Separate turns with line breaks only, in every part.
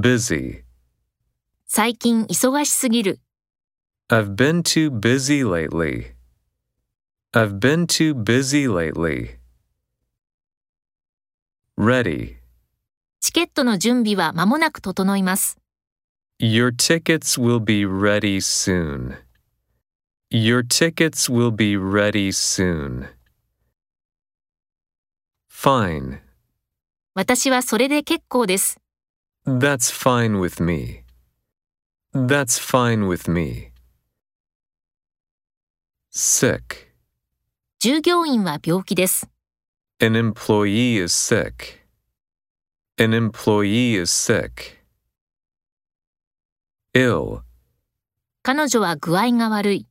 Busy.
最近忙しすぎる。
I've been too busy lately. I've been too busy lately. Ready.
チケットの準備は間もなく整います。
Your tickets will be ready soon. Your tickets will be ready soon. Fine.
私はそれで結構です。
That's fine with me. That's fine with me. Sick.
従業員は病気です。
An employee is sick. An employee is sick. Ill.
彼女は具合が悪い。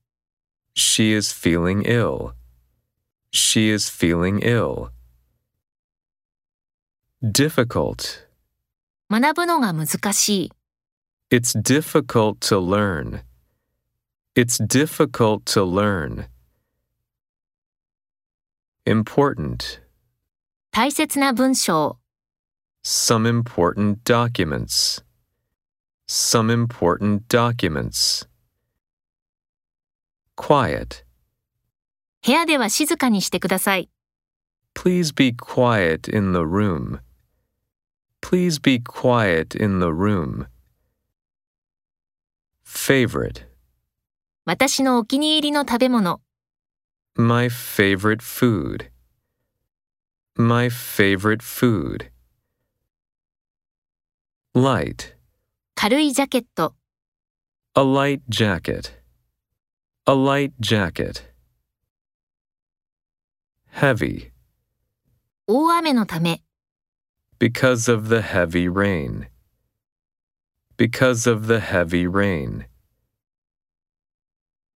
She is feeling ill. She is feeling ill. Difficult.
学ぶのが難しい。
It's difficult to learn. It's difficult to learn. Important.
大切な文章。
Some important documents. Some important documents. Quiet.
部屋では静かにしてください。
Please be quiet in the room. Please be quiet in the room. Favorite.
私のお気に入りの食べ物。
My favorite food. My favorite food. Light.
軽いジャケット。
A light jacket. A light jacket. Heavy.
大雨のため。
Because of the heavy rain. Because of the heavy rain.